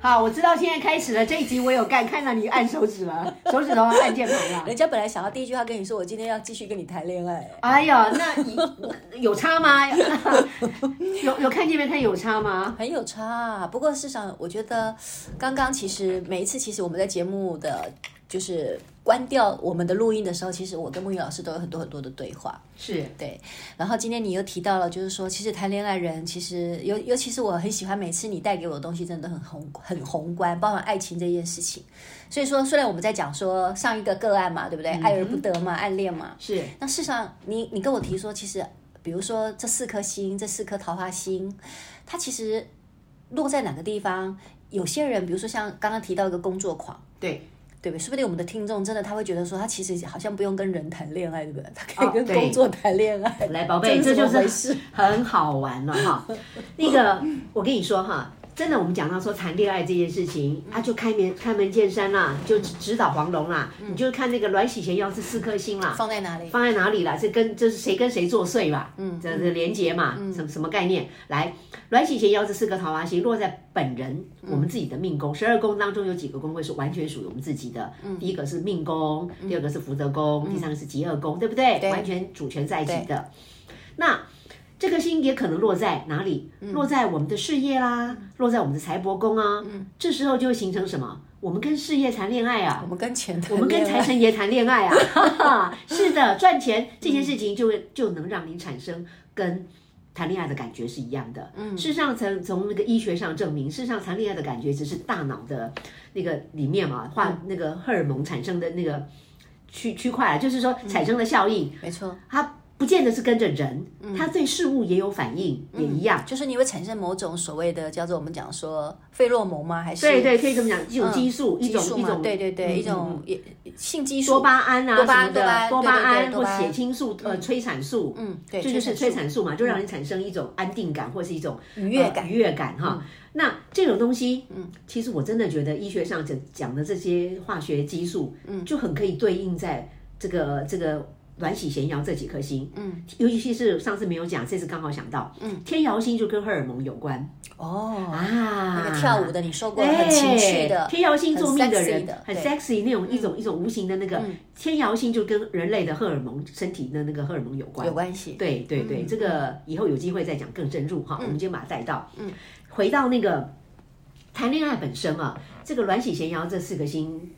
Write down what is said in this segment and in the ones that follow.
好，我知道现在开始了这一集，我有干，看到你按手指 了，手指头按键盘了。人家本来想要第一句话跟你说，我今天要继续跟你谈恋爱。哎呀，那你有差吗？ 有有看见没看有差吗？很有差、啊，不过事实上，我觉得刚刚其实每一次，其实我们在节目的就是关掉我们的录音的时候，其实我跟木鱼老师都有很多很多的对话。是对，然后今天你又提到了，就是说，其实谈恋爱人，其实尤尤其是我很喜欢，每次你带给我的东西真的很宏很宏观，包含爱情这件事情。所以说，虽然我们在讲说上一个个案嘛，对不对？嗯爱而不得嘛，暗恋嘛。是那事实上，你你跟我提说，其实比如说这四颗星，这四颗桃花星，它其实落在哪个地方？有些人，比如说像刚刚提到一个工作狂，对，对不对？说不定我们的听众真的他会觉得说，他其实好像不用跟人谈恋爱，对不对？他可哦以跟对工作谈恋爱。来宝贝，这是这怎就么回是事很好玩了 哈。那个，我跟你说哈，真的，我们讲到说谈恋爱这件事情，啊，就开门开门见山啦，就指导黄龙啦，你就看那个阮喜贤要是四颗星啦，放在哪里？放在哪里啦？这跟这是谁跟谁作祟吧？嗯，这是连结嘛，什么什么概念？来，阮喜贤要这四颗桃花星落在本人，我们自己的命宫，十二宫当中有几个宫位是完全属于我们自己的。第一个是命宫，第二个是福德宫，第三个是极恶宫，对不嗯对？完全主权在己的。那这颗星也可能落在哪里？落在我们的事业啦，落在我们的财帛宫啊。这时候就会形成什么？我们跟事业谈恋爱啊我，们跟钱谈我们跟恋爱财神爷谈恋爱啊，哈哈，是的，赚钱这件事情就会就能让你产生跟谈恋爱的感觉是一样的。嗯，事实上从从那个医学上证明，事实上谈恋爱的感觉只是大脑的那个里面嘛，嗯化那个荷尔蒙产生的那个区区块啊，就是说嗯产生的效应，没错，它不见得是跟着人，嗯它对事物也有反应，也一样。就是你会产生某种所谓的叫做我们讲说费洛蒙吗？还是对对，可以这么讲，一种激素，一嗯激种素一嘛？种对对对，嗯一嗯嗯种也性激素多巴胺啊多巴胺什么的，多多巴巴胺胺对对对或多巴胺血清素、呃催产素，嗯，对，这就是催催产产素嘛，就让人产生一种安定感或是一种愉嗯悦感嗯愉悦感哈。那这种东西，嗯，其实我真的觉得医学上讲讲的这些化学激素，嗯，就很可以对应在这个这个。卵喜咸阳这几颗星，嗯，尤其是上次没有讲，这次刚好想到，嗯，天姚星就跟荷尔蒙有关哦。啊，那个跳舞的你说过对很情趣的，天姚星做命的人很 sexy 的对很嗯 sexy 那种一种一种无形的那个天姚星就跟人类的荷尔蒙身体的那个荷尔蒙有关有。关系。对对对，嗯这个以后有机会再讲更深入哈，我们今天把它带到。嗯，回到那个谈恋爱本身啊，这个卵喜咸阳这四个星。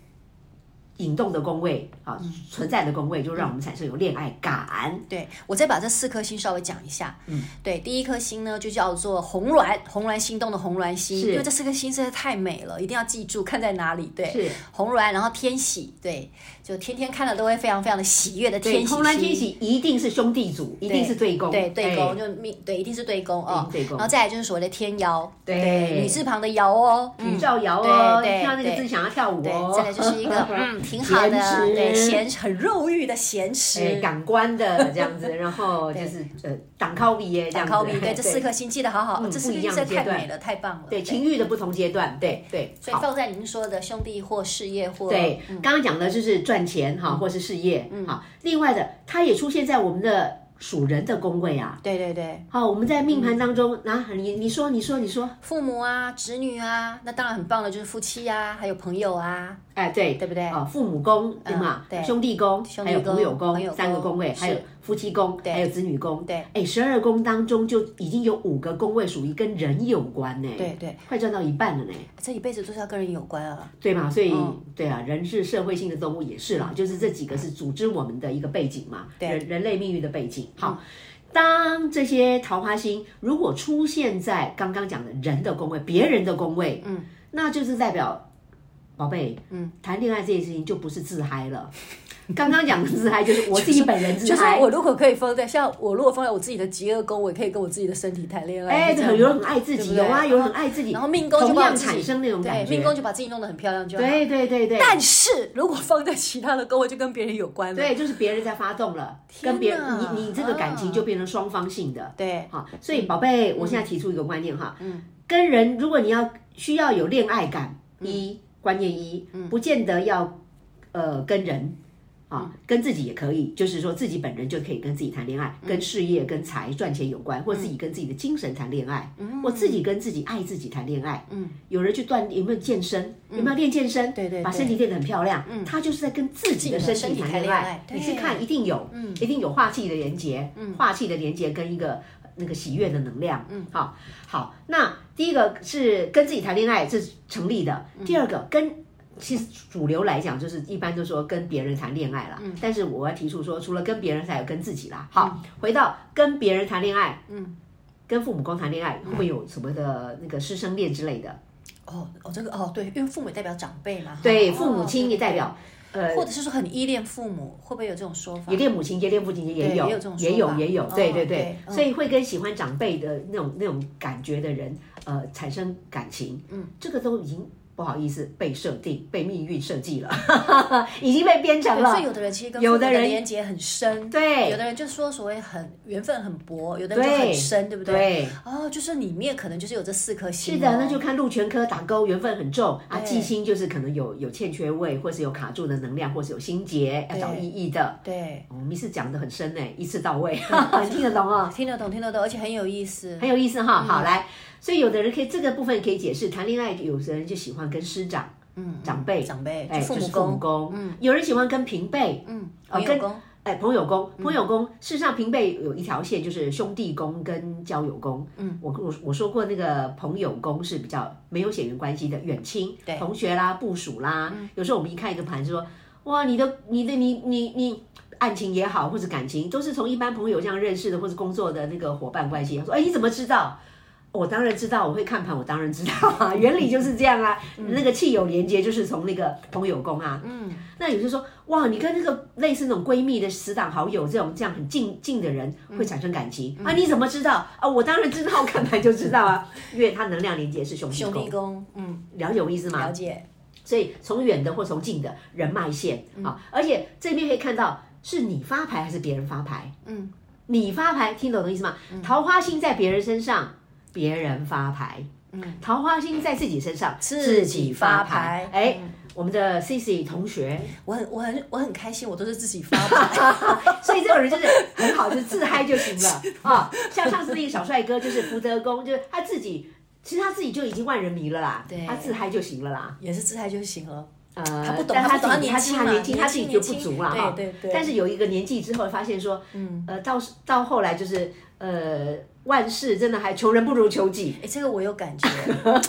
引动的宫位啊，嗯存在的宫位就让我们产生有恋爱感。对，我再把这四颗星稍微讲一下。嗯，对，第一颗星呢就叫做红鸾，红鸾心动的红鸾星，是因为这四颗星实在太美了，一定要记住看在哪里。对，是红鸾，然后天喜，对，就天天看了都会非常非常的喜悦的天对，喜星。红鸾天喜一定是兄弟组，一定是对宫，对对嗯哎宫就命对一定是对宫哦，对宫然后再来就是所谓的天姚，对女字旁的姚哦，宇嗯宙摇哦，对对跳那个对字想要跳舞对哦，，再来就是一 个嗯挺好的咸，池对咸很肉欲的咸哎池，感官的这样子，然后就是呃挡靠比耶这样子，高明对这四颗星记得好好，嗯这四不颗一星样实在的太阶段美了，太棒了，对情欲的不同阶段，对对，所以好。放在您说的兄弟或事业或对，哎刚刚讲的就是赚钱嗯哈，或是事业哈。另外的，它也出现在我们的属人的宫位啊。对对对，好，我们在命盘当嗯中，啊，你你说你说你说，父母啊、子女啊，那当然很棒的就是夫妻啊，还有朋友啊，哎，对对不对啊，父母宫对吗？对兄弟宫，兄还弟有宫朋友朋友宫宫，三个宫位，是还有夫妻宫，对还有子女宫。对，哎，十二宫当中就已经有五个宫位属于跟人有关呢。对对，快赚到一半了呢，这一辈子都是要跟人有关啊。对嘛？所以对啊，人是社会性的动物，也是啦，就是这几个是组织我们的一个背景嘛，人人类命运的背景。嗯好。当这些桃花星如果出现在刚刚讲的人的宫位、别人的宫位，嗯，那就是代表宝贝，嗯，谈恋爱这件事情就不是自嗨了。刚刚讲的自嗨就是我自己本人自就是嗨，我如果可以放在，像我如果放在我自己的极恶宫，我也可以跟我自己的身体谈恋爱。哎，就这这样很有人很爱自对己，不对嗯有啊，有人很爱自己，然后命宫就同把我样自己产生那种感对觉，哎命宫就把自己弄得很漂亮就好。对对对对，但是如果放在其他的宫位，就跟别人有关了。对，就是别人在发动了，天跟别人哪嗯你你这个感情就变成双方性的，对好，所以宝贝，我嗯现在提出一个观念哈，跟人如果你要需要有恋爱感，嗯一观念一，不见得要呃跟人。嗯啊，跟自己也可以，就是说自己本人就可以跟自己谈恋爱，嗯跟事业、跟财赚钱有关，或自己跟自己的精神谈恋爱，嗯或自己跟自己爱自己谈恋爱。嗯，有人去锻有没有健身？有没有练健身？嗯对对把身体练得很漂亮。嗯，他就是在跟自己的身身体体谈谈恋恋爱爱。你对去看，一定有，嗯，一定有化气的连接，嗯，化气的连接跟一个那个喜悦的能量，嗯，好，好，那第一个是跟自己谈恋爱，这是成立的。第二个跟。其实主流来讲，就是一般就说跟别人谈恋爱啦。嗯、但是我要提出说，除了跟别人，还有跟自己啦。好，回到跟别人谈恋爱，嗯，跟父母公谈恋爱，会不会有什么的那个师生恋之类的？哦哦，这个哦对，因为父母也代表长辈嘛，哈对，哦父母亲也代表，对或者是说很依恋父母，会不会有这种说法？也练母亲节、练父亲节也对有，也有这种说也有法也有哦对对对对，嗯所以会跟喜欢长辈的那种那种感觉的人，呃，产生感情。嗯，这个都已经不好意思被设定、被命运设计了， 已经被编程对，所以有了。的人其实跟有父母的的人连接很深，对有的人就说所谓很缘分很薄，有的人就对很深，对不对？对哦，就是里面可能就是有这四颗星、是哦。的，那就看禄全科打勾，缘分很重啊。对忌星就是可能有有欠缺位，或是有卡住的能量，或是有心结要找对意义的。对，我们是讲的很深呢，一次到位， 你听得懂啊、听得懂，听得懂，而且很有意思。很有意思哈。好，来，所以有的人可以这个部分可以解释，谈恋爱有的人就喜欢跟师长，嗯，长辈，长辈哎，就父就母是父母宫，宫，嗯，有人喜欢跟平辈，嗯，朋友跟宫，哎，朋友宫，朋友宫，事实上平辈有一条线，就是兄弟宫跟交友宫。嗯，我我我说过，那个朋友宫是比较没有血缘关系的远亲，对，嗯同学啦、部属啦。有时候我们一看一个盘说，哇，你的你的你你你。案情也好，或者感情，都是从一般朋友这样认识的，或者工作的那个伙伴关系。他说：“哎，你怎么知道？”我当然知道，我会看盘，我当然知道啊，原理就是这样啊。嗯那个气有连接，就是从那个朋友宫啊。嗯，那也就是说，哇，你跟那个类似那种闺蜜的死党好友这种这样很近近的人，嗯会产生感情、啊？你怎么知道啊？我当然知道，我看盘就知道啊，因为它能量连接是兄弟兄弟宫，宫，嗯，了解我意思吗了？解，所以从远的或从近的人脉线嗯啊，而且这边可以看到是你发牌还是别人发牌？嗯，你发牌，听懂的意思吗？桃花星在别人身上，别人发牌。嗯，桃花星在自己身上，自己发牌嗯哎，我们的 C C 同学，我很我很我很开心，我都是自己发牌。 所以这种人就是很好，就是自嗨就行了啊。像上次那个小帅哥，就是福德宫，就是他自己，其实他自己就已经万人迷了啦，对他自嗨就行了啦。也是自嗨就行了。呃，他不懂但他他不懂自己他年轻他嘛年轻，他自己年轻就不足了年轻哈。对对对但是有一个年纪之后，发现说，嗯，呃，到到后来就是呃，万事真的还求人不如求己。哎，这个我有感觉，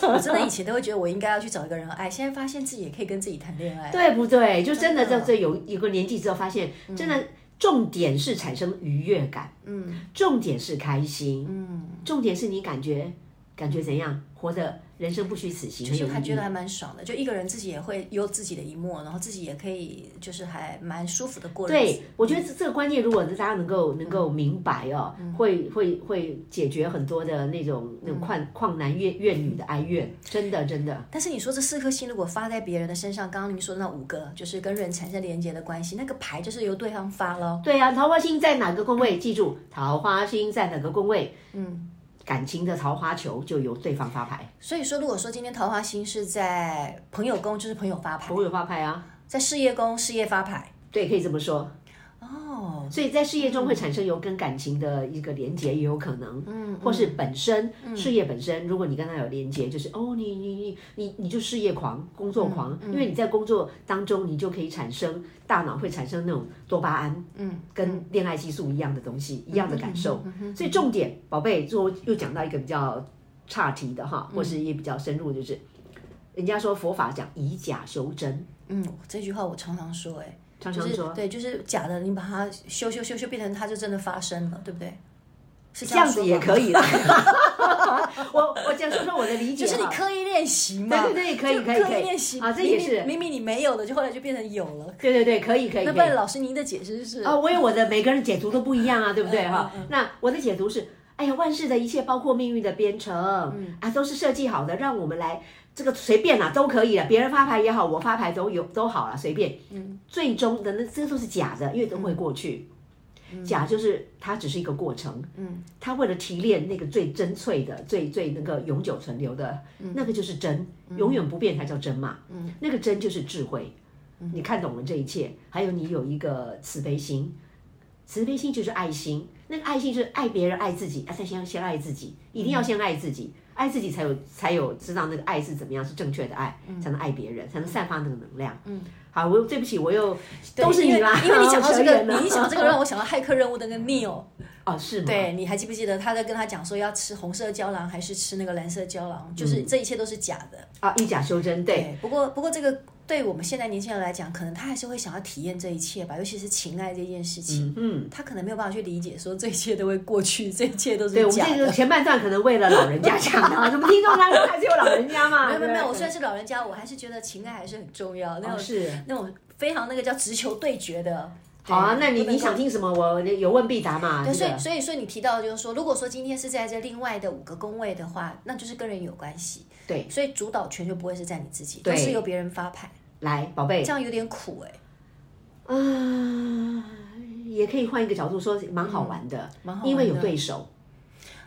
我真的以前都会觉得我应该要去找一个人爱，现在发现自己也可以跟自己谈恋爱。对不对？就真的真在的这有有个年纪之后，发现真的重点是产生愉悦感，嗯，重点是开心，嗯，重点是你感觉感觉怎样，活得人生不虚此行，很就有是还意觉义得。还蛮爽的，就一个人自己也会有自己的一幕，然后自己也可以就是还蛮舒服的过日子对。，哎我觉得这这个观念，如果大家能够能够明白哦，会会会解决很多的那种那种旷旷男怨怨女的哀怨，真的真的。但是你说这四颗星如果发在别人的身上，刚刚您说的那五个，就是跟人产生连接的关系，那个牌就是由对方发咯。对啊，桃花星在哪个宫位？记住，桃花星在哪个宫位？嗯，感情的桃花球就由对方发牌，所以说，如果说今天桃花星是在朋友宫，就是朋友发牌；朋友发牌啊。在事业宫，事业发牌。对，可以这么说。哦，所以在事业中会产生有跟感情的一个连接，也有可能，嗯，或是本身、事业本身，如果你跟他有连接，就是哦，你你你你你就事业狂、工作狂，因为你在工作当中，你就可以产生大脑会产生那种多巴胺，嗯，跟恋爱激素一样的东西，一样的感受。所以重点，宝贝，最后又讲到一个比较岔题的哈，或是也比较深入，就是人家说佛法讲以假修真，嗯，这句话我常常说、哎，常就常是说。对，就是假的，你把它修修修修，变成它就真的发生了，对不对？是这样说子吗也可以了。 我我讲说说我的理解就哈，是你刻意练习嘛，对对对可以就可以刻可以意练习啊这也是明明明明你没有的，就后来就变成有了。对对对，可以可以。那不可以然老师您的解释是啊，我有我的，每个人解读都不一样啊，对不对哈？那我的解读是，哎呀，万事的一切，包括命运的编程，啊，都是设计好的，让我们来这个随便啦、都可以了，别人发牌也好，我发牌都有都好了，随便。最终的那这都是假的，因为都会过去。假就是它只是一个过程，嗯，它为了提炼那个最真粹的、最最那个永久存留的，嗯那个就是真，永远不变才叫真嘛，嗯，那个真就是智慧，嗯你看懂了这一切，还有你有一个慈悲心，慈悲心就是爱心，那个爱心就是爱别人、爱自己，啊，再先先爱自己，一定要先爱自嗯己，爱自己才有才有知道那个爱是怎么样，是正确的爱，嗯才能爱别人，才能散发那个能量。嗯，好，我又对不起，我又都是你啦，因为因为你讲到这扯远个，了你一讲到这个让我想到骇客任务的 那个 Neil，哦，是吗？对，你还记不记得他在跟他讲说要吃红色胶囊还是吃那个蓝色胶囊？嗯就是这一切都是假的。啊，以假修真，对，不过不过这个对我们现在年轻人来讲，可能他还是会想要体验这一切吧，尤其是情爱这件事情，嗯，他可能没有办法去理解说这一切都会过去，这一切都是对我假们这的个。前半段可能为了老人家讲 的啊，怎么听众当中还是有老人家嘛？没有没有没有，我虽算然是老人家，我还是觉得情爱还是很重要。那种、哦是。那种非常那个叫直球对决的。好啊，那你不能你想够听什么？我有问必答嘛。对，这所个以所以说你提到的就是说，如果说今天是在这另外的五个宫位的话，那就是跟人有关系。对，所以主导权就不会是在你自己，都对是由别人发牌，来，宝贝这，样有点苦哎、啊、也可以换一个角度说，蛮好玩的，蛮嗯好玩的因为有对手，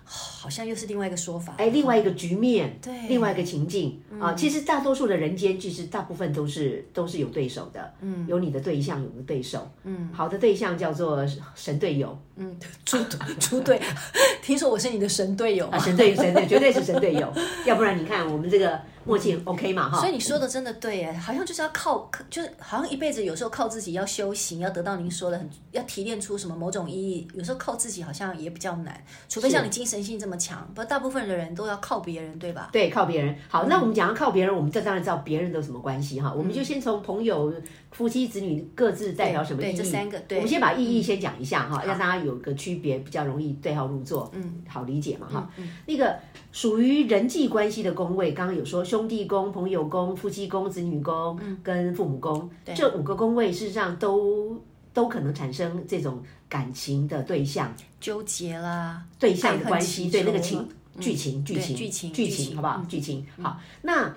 好像又是另外一个说法。哎，另外一个局面，对嗯另外一个情境啊、其实大多数的人间，其实大部分都是都是有对手的，嗯，有你的对象，有个对手，嗯，好的对象叫做 神队友嗯猪猪队， 听说我是你的神队友啊， 嘛，神队神队绝对是神队友，要不然你看我们这个默契 OK 嘛哈，所以你说的真的对哎，好像就是要靠，就是好像一辈子有时候靠自己要修行，要得到您说的很，要提炼出什么某种意义，有时候靠自己好像也比较难，除非像你精神性这么强，不然大部分的人都要靠别人，对吧？嗯对，靠别人。好，那我们讲到靠别人，我们这当然知道别人都有什么关系哈。我们就先从朋友、夫妻、子女各自代表什么意对义？对这三个对嗯我们先把意义先讲一下哈，让大家有个区别，比较容易对号入座，嗯，好理解嘛哈。嗯那个属于人际关系的宫位，刚刚有说兄弟宫、朋友宫、夫妻宫、子女宫嗯跟父母宫，这五个宫位事实上都都可能产生这种感情的对象。纠结啦，对象爱的恨关情系，对那个仇嗯情剧情剧对情剧情剧剧情，情嗯好不好？剧情好，那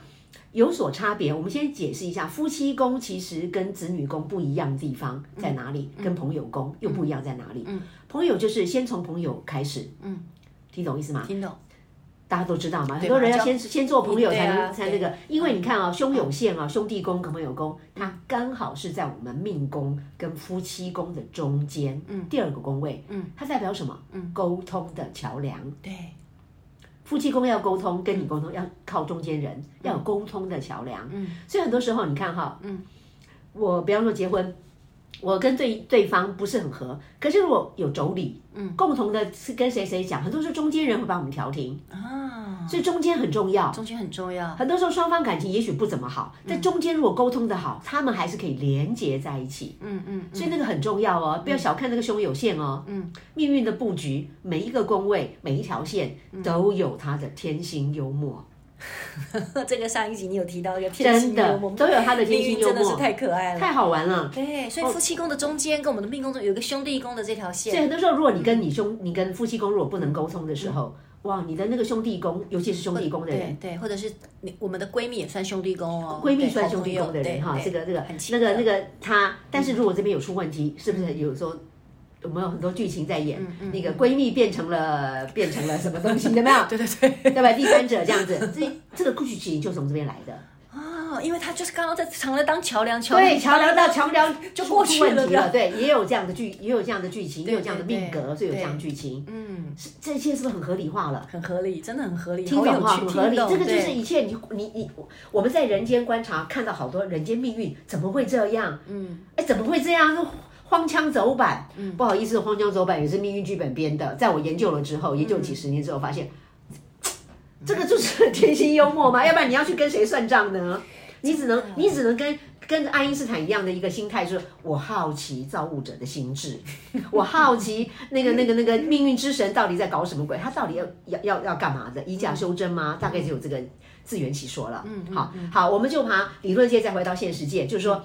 有所差别。我们先解释一下，夫妻宫其实跟子女宫不一样的地方在哪里，嗯跟朋友宫又不一样在哪里？朋友就是先从朋友开始，嗯，听懂意思吗？听懂？大家都知道嘛，很对多嘛人要交先先做朋友对才啊能才那对嗯个，因为你看啊，兄友线啊，兄弟宫跟朋友宫，它刚好是在我们命宫跟夫妻宫的中间，嗯，第二个宫位，嗯，它代表什么？嗯，沟通的桥梁。对，夫妻宫要沟通，跟你沟通要靠中嗯间人，要有沟通的桥梁。嗯，所以很多时候你看哈，嗯，我比方说结婚，我跟对对方不是很合，可是如果有妯娌，嗯，共同的是跟谁谁讲，很多时候中间人会帮我们调停，啊，所以中间很重要。中间很重要。很多时候双方感情也许不怎么好，嗯但中间如果沟通的好，他们还是可以连接在一起。嗯嗯，所以那个很重要哦，不要小看那个胸有线哦。嗯，命运的布局，每一个宫位，每一条线嗯都有它的天星幽默，这个上一集你有提到一个天真性的幽默，都有它的天命星运幽真的是默，太可爱了。太好玩了。对，哦所以夫妻宫的中间跟我们的命宫中有一个兄弟宫的这条所以线，哎很多时候，如果你跟你兄、你跟夫妻宫如果不能沟通的时候，哇，你的那个兄弟宫，尤其是兄弟宫的人对。对，或者是呃你我们的闺蜜也算兄弟宫哦，闺蜜对算好兄弟朋友宫的对人哈，对这个这个很嗯亲那个热那个他，但是如果这边有出问题，是不是有时候有没有很多剧情在嗯演？那个闺蜜变成了变成了什么东西？有 没有？对对对，对吧？第三者这样子，这这个剧情就从这边来 的。哦，因为他就是刚刚在常来当桥梁，桥梁对，桥梁到嗯桥梁就过去了问题这样了。对，也有这样的剧，也有这样的剧情，也有这样的对命格，对所以有这对样的剧情。嗯，是这一切是不是很合理化了？很合理，真的很合理，听好懂有哈，趣，很合理。听懂这个就是对一切你你你，我们在人间观察看到好多人间命运，怎么会这样？嗯，哎，怎么会这样？荒腔走板。嗯，不好意思，荒腔走板也是命运剧本编的。在我研究了之后，研究几十年之后，发现、 这个就是天性幽默嘛，要不然你要去跟谁算账呢？你只能你只能跟跟着爱因斯坦一样的一个心态，就是我好奇造物者的心 智，我好奇那个那个那个命运之神到底在搞什么鬼，他到底要要要要干嘛的？以假修真吗？大概只有这个自圆其说了。嗯，好好，我们就把理论界再回到现实界，就是说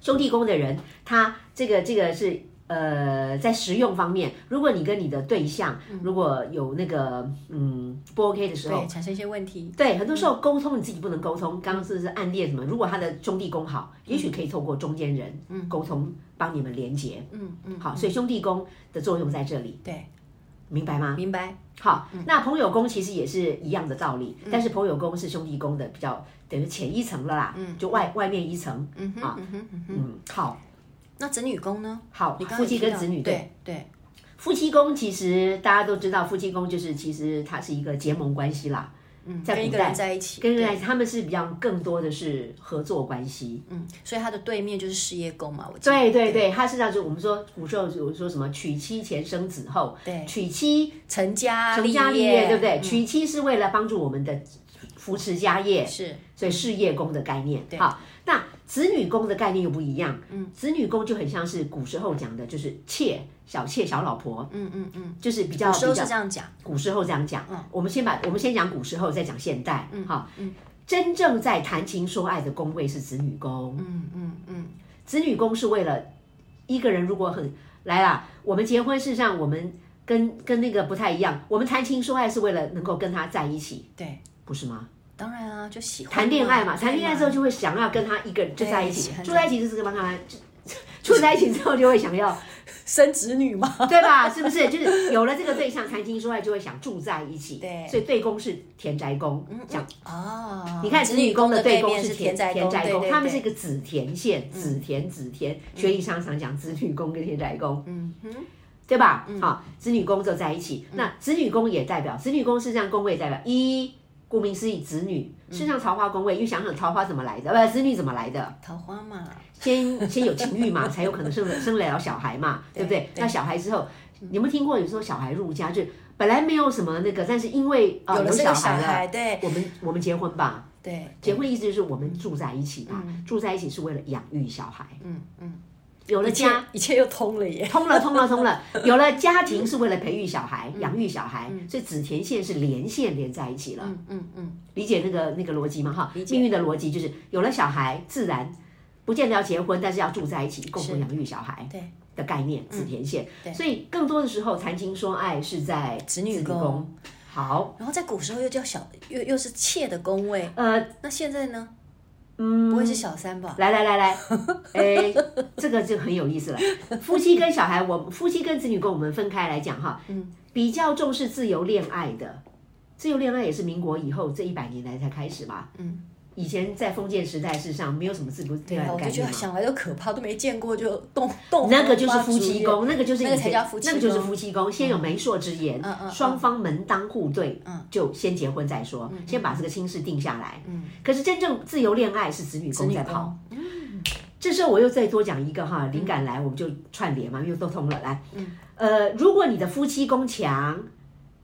兄弟宫的人，他这个这个是。呃，在实用方面，如果你跟你的对象、如果有那个嗯不 OK 的时候对，，产生一些问题。对，很多时候沟通你自己不能沟通，刚刚是不是暗恋什么？如果他的兄弟宫好，也许可以透过中间人沟通，帮你们连接。嗯嗯，好，所以兄弟宫的作用在这里，对，明白吗？明白。嗯好，那朋友宫其实也是一样的道理，但是朋友宫是兄弟宫的比较等于浅一层了啦，嗯就外外面一层。嗯啊，嗯，好那子女宫呢？好，你刚夫刚妻也提跟到子女对。对对，夫妻宫其实大家都知道，夫妻宫就是其实它是一个结盟关系啦。嗯，在跟一古个人代，在一起，跟人对来他们是比较更多的是合作关系。嗯，所以他的对面就是事业宫嘛，我记得对对对，他实际上就我们说古时候有说什么娶妻前生子后，对娶妻成家成立家立业，对不对？嗯娶妻是为了帮助我们的扶持家业，是所以事业宫的概念。好，那子女宫的概念又不一样。嗯，子女宫就很像是古时候讲的，就是妾、小妾、小老婆。嗯嗯嗯，就是比较有时候比较是这样讲，古时候这样讲，我们先把我们先讲古时候，再讲现代，嗯，好，真正在谈情说爱的宫位是子女宫，嗯嗯嗯，子女宫是为了一个人如果很来啦，我们结婚事实上我们跟跟那个不太一样，我们谈情说爱是为了能够跟他在一起，对，不是吗？当然啊，就喜欢谈恋爱嘛，对谈恋爱之后就会想要跟他一个人就在一起对，住在一起就是跟他。就 住在一起之后就会想要，生子女嘛， 对吧？是不是？就是有了这个对象，谈情说爱就会想住在一起。对所以对宫是田宅宫，讲啊，你看子子女女宫宫的的对对面宫是是田田宅宅宫宫，对对他们是对一个子田线，子田子田，学历上常讲子女宫跟田宅宫，嗯哼，对吧？嗯好，子女宫就在一起，那子女宫也代表子女宫是这样，宫位代表一，顾名思义子女，嗯事实上桃花宫位，因为想想桃花怎么来的，呃，子女怎么来的？桃花嘛，先先有情欲嘛，才有可能生了生了小孩嘛，对不对？对那小孩之后，你有没有听过有时候小孩入家就本来没有什么那个，但是因为呃有了这个小小孩孩，了，对我们我们结婚吧。对，结婚的意思就是我们住在一起嘛，住在一起是为了养育小孩。嗯嗯，有了一切家，一切又通了耶， 通了通了通了，有了家庭是为了培育小孩、嗯养育小孩，所以子田线是连线连在一起了。嗯嗯嗯，理解那个那个逻辑吗？哈，解命运的逻辑就是有了小孩，自然不见得要结婚，但是要住在一起，共同养育小孩。对的概念，嗯子田线。所以更多的时候，谈情说爱是在子女宫宫。好，然后在古时候又叫小，又又是妾的宫位，呃，那现在呢？嗯，不会是小三吧？来来来来，哎，这个就很有意思了。夫妻跟小孩，我夫妻跟子女跟我们分开来讲哈，嗯，比较重视自由恋爱的，自由恋爱也是民国以后这一百年来才开始嘛，嗯，以前在封建时代，事实上没有什么自由恋爱啊的我概就觉念得嘛。想来都可怕，都没见过就动动。那个就是夫妻宫，宫，那个就是以那前个才叫夫妻那个就是宫嗯夫妻宫。先有媒妁之言，双方门当户对，就先结婚再说，嗯先把这个亲事定下来。可是真正自由恋爱是子女宫在跑。嗯这时候我又再多讲一个哈，灵感来我们就串联嘛，因为都通了。来，嗯呃，如果你的夫妻宫强，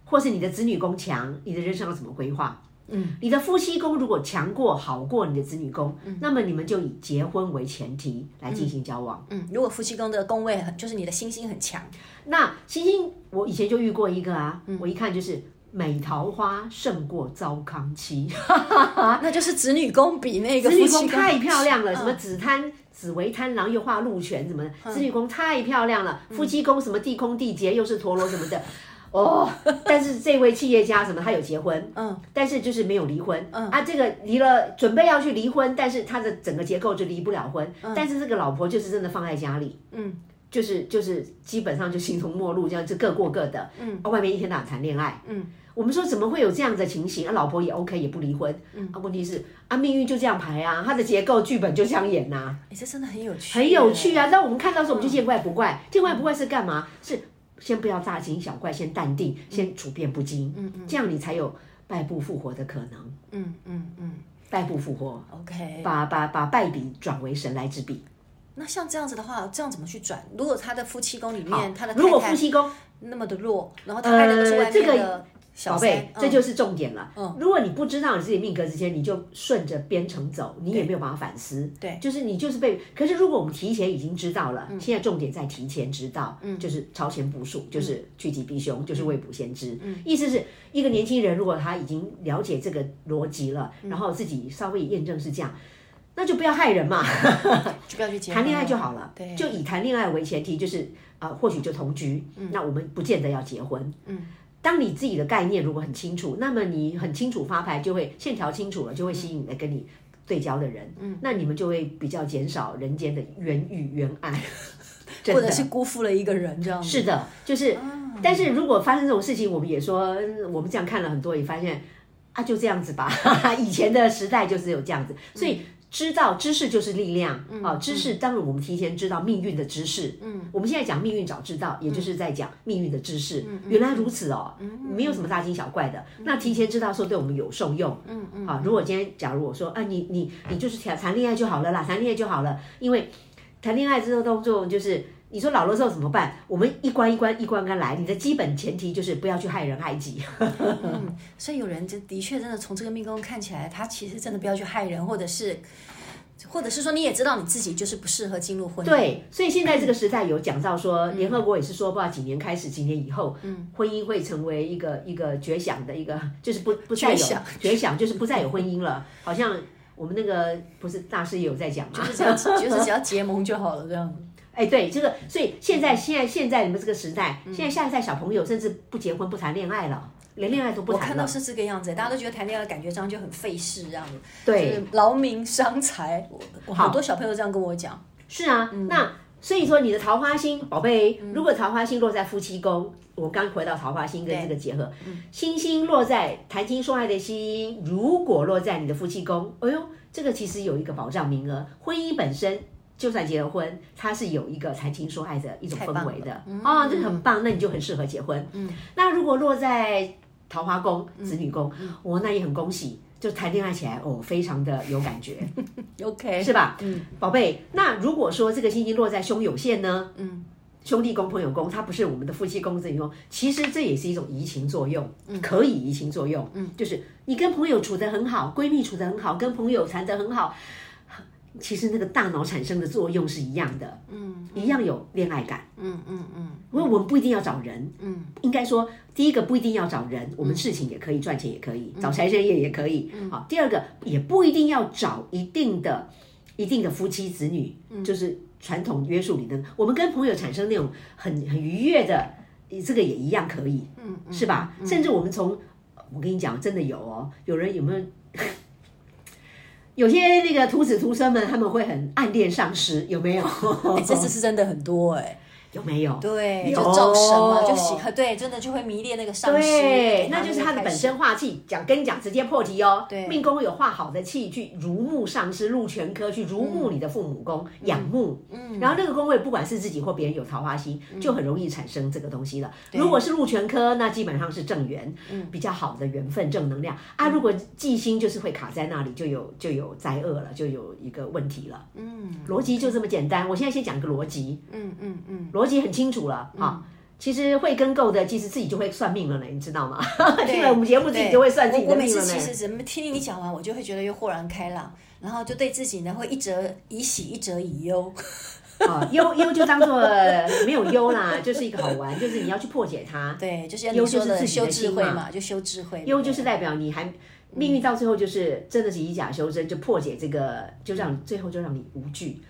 或是你的子女宫强，你的人生要怎么规划？嗯，你的夫妻宫如果强过、好过你的子女宫，嗯那么你们就以结婚为前提来进行交往。嗯，如果夫妻宫的宫位很，就是你的星星很强，那星星，我以前就遇过一个啊，我一看就是美桃花胜过糟糠妻，那就是子女宫比那个啊子夫女妻宫宫嗯太漂亮了，什么紫贪、紫薇贪狼又化禄权什么的，子女宫太漂亮了，嗯夫妻宫什么地空地劫又是陀螺什么的。哦，但是这位企业家什么，他有结婚，嗯，但是就是没有离婚，嗯啊，这个离了，准备要去离婚，但是他的整个结构就离不了婚，嗯但是这个老婆就是真的放在家里，嗯，就是就是基本上就形同陌路，这样就各过各的，嗯，啊，外面一天到晚谈恋爱，嗯，我们说怎么会有这样的情形？啊，老婆也 OK，也不离婚，嗯，啊，问题是啊，命运就这样排啊，他的结构剧本就这样演呐、哎，这真的很有趣，很有趣。啊！让我们看到的时候，我们就见怪不怪。见怪不怪是干嘛？是先不要大惊小怪，先淡定，先处变不惊。嗯嗯，这样你才有败部复活的可能。嗯嗯嗯败部复活， ，OK。把把把败笔转为神来之笔。那像这样子的话，这样怎么去转？如果他的夫妻宫里面，他的如果太夫太妻宫，呃那么的弱，然后太太那个是外这面个的小宝三贝，嗯这就是重点了。如果你不知道你自己命格之间，你就顺着编程走，你也没有办法反思。对嗯就是你就是被。可是如果我们提前已经知道了，现在重点在提前知道，就是超前部署，嗯就是趋吉避凶，就是未卜先知。意思是一个年轻人，如果他已经了解这个逻辑了，嗯然后自己稍微验证是这样。那就不要害人嘛， 就不要去结婚谈恋爱就好了，嗯对，啊就以谈恋爱为前提，就是啊、呃或许就同居，那我们不见得要结婚，嗯。当你自己的概念如果很清楚，那么你很清楚发牌，就会线条清楚了，就会吸引来跟你对焦的人。嗯，那你们就会比较减少人间的冤狱冤案，真或的者是辜负了一个人这样子。啊是的，就是。但是如果发生这种事情，我们也说，嗯我们这样看了很多，也发现啊，就这样子吧。 以前的时代就是有这样子，所以知道知识就是力量啊、知识当然我们提前知道命运的知识，嗯，我们现在讲命运早知道，也就是在讲命运的知识，原来如此哦，没有什么大惊小怪的。那提前知道说对我们有受用，嗯嗯，啊，如果今天假如我说啊，你你你就是谈谈恋爱就好了啦，谈恋爱就好了，因为谈恋爱这个动作就是。你说老了之后怎么办？我们一关一关一关关来。你的基本前提就是不要去害人害己。 所以有人就的确真的从这个命宫看起来，他其实真的不要去害人，或者是，或者是说你也知道你自己就是不适合进入婚姻。对，所以现在这个时代有讲到说，联合国也是说，不知道几年开始，几年以后，嗯婚姻会成为一个一个绝响的一个，就是不不再有绝响绝响，就是不再有婚姻了。好像我们那个不是大师也有在讲嘛，就是只要就是只要结盟就好了，这样。哎，对这个，所以现在现在现在你们这个时代，嗯现在下一代小朋友甚至不结婚不谈恋爱了，连恋爱都 不我谈看了到。是这个样子，大家都觉得谈恋爱感觉上就很费事，这样子，对，就是劳民伤财。我我好多小朋友这样跟我讲， 是啊，嗯那所以说你的桃花星，宝贝，如果桃花星落在夫妻宫，我刚回到桃花星跟这个结合，嗯星星落在谈情说爱的心，如果落在你的夫妻宫，哎呦，这个其实有一个保障名额，婚姻本身。就算结了婚，它是有一个谈情说爱的一种太氛棒了嗯围的啊、哦，这个很棒，那你就很适合结婚。嗯，那如果落在桃花宫、嗯子女宫，我、那也很恭喜，就谈恋爱起来哦，非常的有感觉。 OK，是吧？嗯，宝贝，那如果说这个星星落在兄友线呢？嗯。兄弟宫、朋友宫，它不是我们的夫妻宫、子女宫，其实这也是一种移情作用，可以移情作用。嗯，就是你跟朋友处得很好，闺蜜处得很好，跟朋友谈得很好，其实那个大脑产生的作用是一样的，嗯，一样有恋爱感。嗯嗯嗯，因为我们不一定要找人，嗯，应该说，第一个不一定要找人，我们事情也可以，赚钱也可以，找财神爷也可以，好、第二个也不一定要找一定的、一定的夫妻子女，就是传统约束里的，我们跟朋友产生那种很很愉悦的，这个也一样可以，嗯，是吧？甚至我们从，我跟你讲，真的有哦，有人有没 有？有些那个徒子徒孙们，他们会很暗恋上师，有没有？ 哎这次是真的很多哎、有没有？对，有就造神嘛，就喜对，真的就会迷恋那个上师，对，然那后就是他的开本始身化气。讲跟你讲，直接破题哦。对命宫有化好的气，去如沐上师，入全科，去如沐你的父母宫，仰慕。嗯，然后那个宫位，不管是自己或别人有桃花心，就很容易产生这个东西了。如果是入全科，那基本上是正缘，比较好的缘分、正能量啊。如果忌星，就是会卡在那里，就有就有灾厄了，就有一个问题了。嗯，逻辑就这么简单。我现在先讲一个逻辑。嗯嗯嗯，逻辑很清楚了啊。其实会跟够的，其实自己就会算命了呢，你知道吗？ 听了我们节目自己就会算自己我的我每命次了呢其。实怎么听你讲完，我就会觉得又豁然开朗，然后就对自己呢会一折以喜，一折以忧。啊，忧忧就当做没有忧啦，就是一个好玩，就是你要去破解它。对，就是要忧你就说是的自己修的智心慧嘛嘛，就修智慧嘛。忧就是代表你还命运到最后就是真的是以假修真，就破解这个，嗯就让你最后就让你无惧，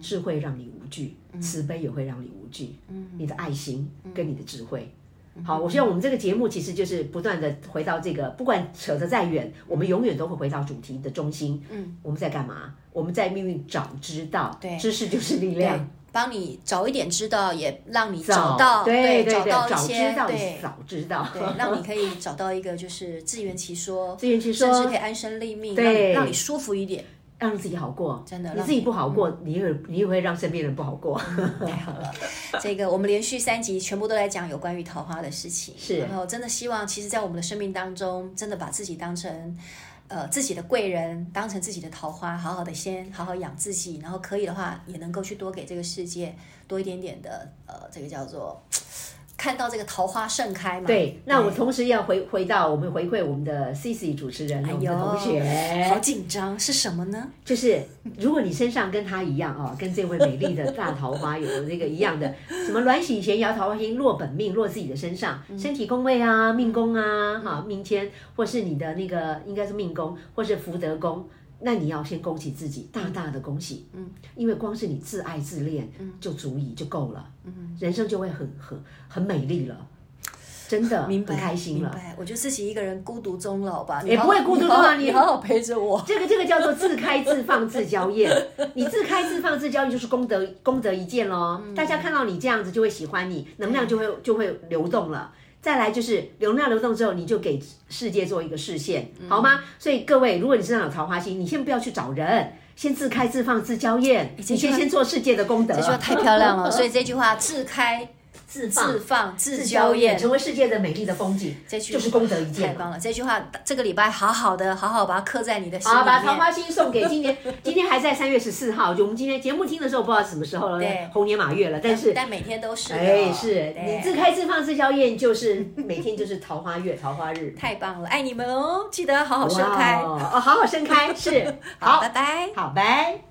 智慧让你无惧，嗯慈悲也会让你无惧，你的爱心跟你的智慧。嗯好，我希望我们这个节目其实就是不断的回到这个，不管扯得再远，嗯我们永远都会回到主题的中心。嗯，我们在干嘛？我们在命运早知道，对知识就是力对量。帮你早一点知道，也让你找到对找对，到一早些知道对早知道，对，让你可以找到一个就是自圆其说，自圆其说甚至可以安身立命，让对你让你舒服一点。让自己好过。真的你让自己不嗯好过，你也你也会让身边人不好 过。 太好了，这个我们连续三集全部都在讲有关于桃花的事情，是然后真的希望，其实，在我们的生命当中，真的把自己当成。呃，自己的贵人当成自己的桃花，好好的先好好养自己，然后可以的话，也能够去多给这个世界多一点点的呃，这个叫做看到这个桃花盛开嘛。对，那我同时要回回到我们回馈我们的 C C 主持人，我们的同好学，紧张，是什么呢？就是如果你身上跟他一样哦，跟这位美丽的大桃花有那个一样 的，什么鸾喜前摇桃花心，落本命，落自己的身上，身体宫位啊，命宫啊，哈、命天，或是你的那个应该是命宫，或是福德宫。那你要先恭喜自己，大大的恭喜，嗯，因为光是你自爱自恋，嗯，就足以就够了，嗯，人生就会很很很美丽了，真的，明白，很开心明了。白。我就自己一个人孤独终老吧。也你好不会孤独终老你好你你好好陪着我。这个这个叫做自开自放自交业，你自开自放自交业就是功德功德一件喽。大家看到你这样子就会喜欢你，能量就会就会流动了。再来就是能量流动之后，你就给世界做一个视线，好吗？所以各位，如果你身上有桃花心，你先不要去找人，先自开自放自交业，你这句话先先做世界的功德。这句话 太漂亮了，所以这句话自开、自自放、自自娇交业，艳。成为世界的美丽的风景，这句就是功德一太件嘛。棒了！这句话这个礼拜好好的，好好把它刻在你的心里好，面。把桃花心送给 今年，今天还在三月十四号，就我们今天节目听的时候不知道什么时候了，对猴年马月了，但是。但每天都是的，哦哎，是对你自开自放自销宴，就是每天就是桃花月、桃花日，太棒了，爱哎你们哦！记得好好盛哇开。哦，好好盛开，是 好，好拜，拜。好拜。